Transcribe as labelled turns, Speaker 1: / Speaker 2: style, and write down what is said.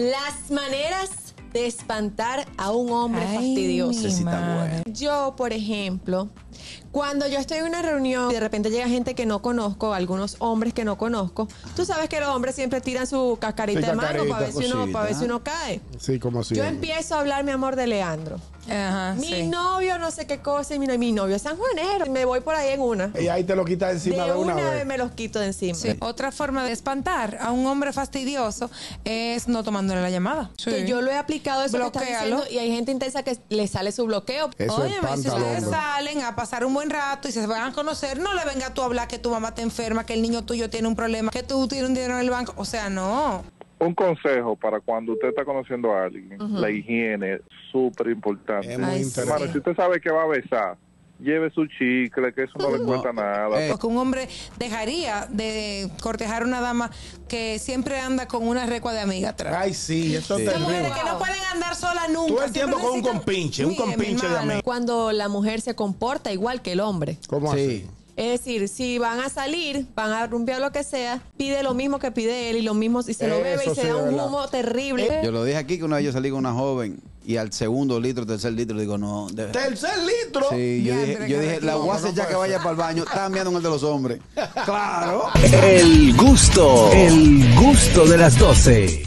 Speaker 1: Las maneras de espantar a un hombre
Speaker 2: Ay,
Speaker 1: fastidioso.
Speaker 2: mi
Speaker 3: Necesita
Speaker 2: madre.
Speaker 1: Yo, por ejemplo, cuando yo estoy en una reunión y de repente llega gente que no conozco, algunos hombres que no conozco, tú sabes que los hombres siempre tiran su cascarita
Speaker 4: Sí,
Speaker 1: de mango para ver,
Speaker 4: cascarita,
Speaker 1: si uno, para ver
Speaker 3: cosita.
Speaker 1: si uno cae.
Speaker 4: Sí, como si.
Speaker 1: Yo empiezo a hablar, mi amor, de Leandro.
Speaker 2: Ajá,
Speaker 1: Mi
Speaker 2: sí.
Speaker 1: novio, no sé qué cosa, y mi, mi novio es sanjuanero. Me voy por ahí en una.
Speaker 4: Y ahí te lo quitas
Speaker 1: De
Speaker 4: encima de,
Speaker 1: una,
Speaker 4: una,
Speaker 1: vez.
Speaker 4: vez.
Speaker 1: me los quito de encima.
Speaker 2: Sí. Otra forma de espantar a un hombre fastidioso es no tomándole la llamada.
Speaker 1: Que yo lo he aplicado eso que estás
Speaker 2: Bloquéalo.
Speaker 1: diciendo, y hay gente intensa que le sale su bloqueo.
Speaker 4: Eso
Speaker 2: Oye, si
Speaker 4: espanta al
Speaker 2: ustedes
Speaker 4: hombre.
Speaker 2: salen a pasar un buen rato y se van a conocer, no le venga tú a hablar que tu mamá te enferma, que el niño tuyo tiene un problema, que tú tienes un dinero en el banco. O sea, no.
Speaker 5: Un consejo para cuando usted está conociendo a alguien, la higiene es súper importante.
Speaker 4: Es muy
Speaker 2: Ay, sí.
Speaker 4: interesante.
Speaker 5: Hermano, si usted sabe que va a besar, lleve su chicle, que eso no le cuesta nada.
Speaker 3: Eh.
Speaker 2: Porque un hombre dejaría de cortejar a una dama que siempre anda con una recua de amiga atrás.
Speaker 4: Ay, sí, eso
Speaker 3: Sí.
Speaker 4: es
Speaker 2: Esas mujeres
Speaker 4: terrible.
Speaker 2: que no pueden andar solas nunca.
Speaker 3: Todo
Speaker 2: siempre
Speaker 3: el tiempo con un
Speaker 2: necesitan-
Speaker 3: compinche, un
Speaker 2: Mire, mi
Speaker 3: compinche de
Speaker 2: hermano,
Speaker 3: amigo.
Speaker 1: Cuando la mujer se comporta igual que el hombre.
Speaker 4: ¿Cómo
Speaker 3: Sí.
Speaker 4: así?
Speaker 1: Es decir, si van a salir, van a rumbear lo que sea, pide lo mismo que pide él y lo mismo y se lo bebe
Speaker 4: Eso
Speaker 1: y se
Speaker 4: sí,
Speaker 1: da
Speaker 4: de
Speaker 1: un
Speaker 4: verdad.
Speaker 1: humo terrible.
Speaker 3: Yo lo dije aquí que una vez yo salí con una joven y al segundo litro, tercer litro, digo, no. de-
Speaker 4: Tercer litro.
Speaker 3: Sí, yo
Speaker 2: Ya,
Speaker 3: dije,
Speaker 2: entre
Speaker 3: yo
Speaker 2: cada
Speaker 3: dije,
Speaker 2: quien.
Speaker 3: la
Speaker 4: No,
Speaker 3: guasa
Speaker 4: no
Speaker 3: ya
Speaker 4: puede
Speaker 3: que vaya para el baño, está mirando en el de los hombres. Claro.
Speaker 6: El gusto, el gusto de las 12.